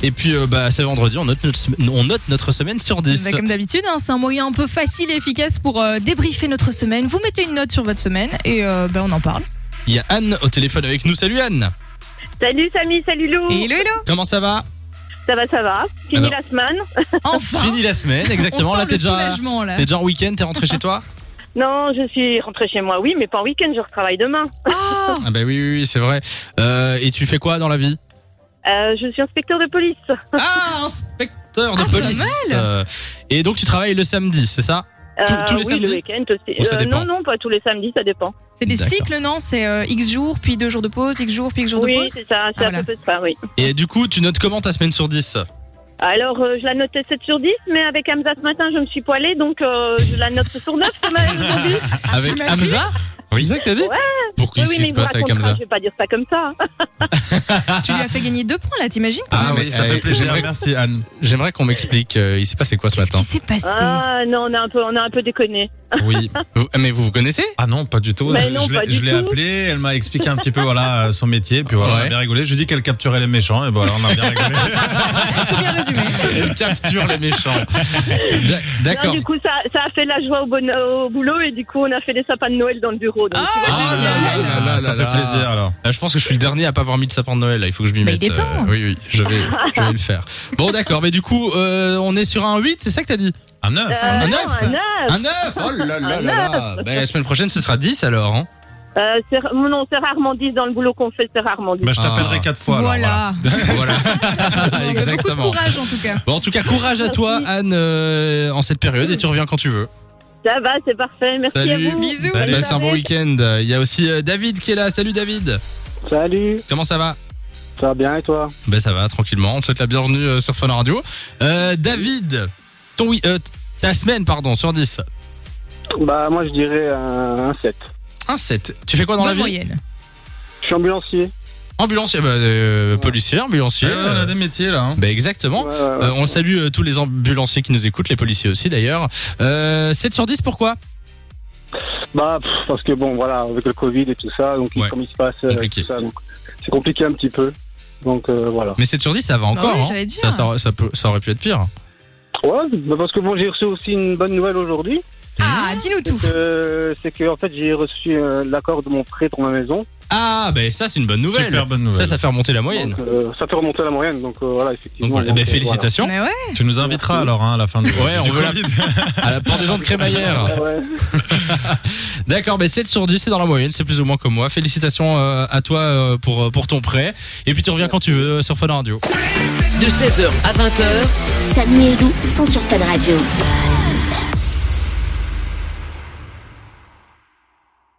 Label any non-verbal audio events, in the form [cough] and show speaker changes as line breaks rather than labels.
Et puis, euh, bah, c'est vendredi, on note, notre, on note notre semaine sur 10.
Bah, comme d'habitude, hein, c'est un moyen un peu facile et efficace pour euh, débriefer notre semaine. Vous mettez une note sur votre semaine et euh, bah, on en parle.
Il y a Anne au téléphone avec nous. Salut Anne
Salut Samy, salut Lou.
Hello, hello
Comment ça va
Ça va, ça va. Fini
Alors.
la semaine
[laughs] Enfin
Fini la semaine, exactement.
[laughs] on sent
Là,
le
t'es déjà,
soulagement, là.
t'es déjà en week-end, t'es rentré chez
[laughs]
toi
Non, je suis rentrée chez moi, oui, mais pas en week-end, je retravaille demain.
Ah,
Ah bah oui, oui, oui, c'est vrai. Euh, et tu fais quoi dans la vie
Euh, je suis inspecteur de police.
Ah, inspecteur de
Ah, pas
police
mal.
Euh, Et donc, tu travailles le samedi, c'est ça Tous- tous les
Euh, oui,
samedis
le week-end aussi. Euh,
Ou ça dépend
non, non, pas tous les samedis, ça dépend.
c'est des
D'accord.
cycles, non C'est euh, X jours, puis deux jours de pause, X jours, puis X jours de
oui,
pause.
c'est ça, c'est
Ah,
à peu près ça, oui.
Et du coup, tu notes comment ta semaine sur 10
Alors, euh, je la notais 7 sur 10, mais avec Hamza ce matin, je me suis poilée, donc euh, je la note sur 9 quand même aujourd'hui.
Avec
t'imagines
Hamza C'est ça que t'as dit
Ouais.
Pour
Oui,
qu'est-ce
oui,
qui
mais
se
il vous
passe avec
racontera,
Hamza
je vais pas dire ça comme ça. hein.
Tu lui as fait gagner deux points
[laughs]
là, t'imagines
Ah,
Non,
oui,
mais,
ça
euh,
fait plaisir.
j'aimerais-
Merci Anne.
J'aimerais qu'on m'explique, euh, il s'est passé quoi ce
Qu'est-ce
matin
qui s'est passé
Ah non, on a un peu, on a un peu déconné.
Oui.
Vous- Mais vous vous connaissez
Ah non, pas du tout.
Mais
Je-
non,
je
pas
l'ai-
du
je l'ai
tout.
appelée, elle m'a expliqué un petit peu voilà euh, son métier, puis voilà, on
Ouais.
a bien rigolé. Je lui ai dit qu'elle capturait les méchants, et voilà, on a bien [laughs] rigolé.
C'est bien résumé.
[laughs] Elle capture les méchants. D'a-
Non,
D'accord.
du coup, ça, ça a fait la joie au, bon- au boulot et du coup, on a fait des sapins de Noël dans le bureau. donc,
Ah,
tu vois,
génial.
j'ai-
là là là
ça
là
fait
là.
plaisir alors.
Ah, Je pense que je suis le dernier à pas avoir mis de sapin de Noël. là. Il faut que je m'y
Mais
mette. euh,
il est temps.
oui, oui, je vais, je vais le faire. Bon, d'accord. Mais du coup, euh, on est sur un 8, c'est ça que t'as dit
Un neuf.
Euh,
Un
non,
œuf
un
Ah
œuf.
Un 9 Oh là là là là Ben, La semaine prochaine, ce sera 10 alors. hein.
Euh, c'est, non, c'est rarement 10 dans le boulot qu'on fait, c'est rarement 10.
Bah, je t'appellerai
Ah.
quatre fois. alors, voilà.
Voilà.
Voilà.
Ah, Beaucoup
[laughs]
de
Exactement. Bah,
courage en tout cas.
Bon, en tout cas, courage à toi, Anne, euh, en cette période, et tu reviens quand tu veux.
Ça va, c'est parfait, merci
Salut.
à vous.
Bisous.
Salut.
Passe un bon
Salut.
week-end. Il y a aussi euh, David qui est là. Salut David.
Salut,
Comment ça va
ça va bien et toi
Ben ça va, tranquillement. On te souhaite la bienvenue euh, sur Fun Radio. Euh, David, ton oui, euh, ta semaine, pardon, sur 10.
Bah moi je dirais un, un 7.
Un 7. Tu fais quoi dans
Bonne
la vie
moyenne.
Je suis ambulancier.
Ambulancier, bah, euh, policier, ambulancier.
Ouais, on a
euh,
des métiers là. hein.
bah, exactement.
Ouais, ouais, ouais.
Euh, on salue euh, tous les ambulanciers qui nous écoutent, les policiers aussi d'ailleurs. Euh, 7 sur 10, pourquoi
Bah pff, parce que bon voilà, avec le Covid et tout ça, donc
Ouais.
comme il se passe euh,
Compliqué.
tout ça, donc, c'est compliqué un petit peu. Donc euh, voilà.
Mais 7 sur 10, ça va encore.
Bah oui,
hein.
j'allais dire.
ça, ça, aurait- ça peut- ça aurait pu être pire.
Ouais, bah, parce que bon j'ai reçu aussi une bonne nouvelle aujourd'hui.
Ah, dis-nous
C'est
tout.
que, c'est que en fait j'ai reçu euh, l'accord de mon prêt pour ma maison.
Ah, ben ça, c'est une bonne nouvelle.
Super bonne nouvelle.
Ça, ça fait remonter la moyenne.
Donc, euh, ça fait remonter à la moyenne, donc euh, voilà
Donc,
effectivement.
voilà. Eh
donc,
ben,
euh,
félicitations.
Mais Bah ouais.
Tu nous inviteras
Merci.
alors hein, à la fin de.
Ouais,
du
on veut la-
Covid.
À la pendaison de crémaillère.
voilà. Ouais, ouais.
D'accord, mais 7 sur 10, c'est dans la moyenne, c'est plus ou moins comme moi. Félicitations euh, à toi euh, pour, euh, pour ton prêt. Et puis tu reviens quand tu veux euh, sur Fun Radio.
De 16h à 20h,
Samy et Lou sont sur Fan Radio.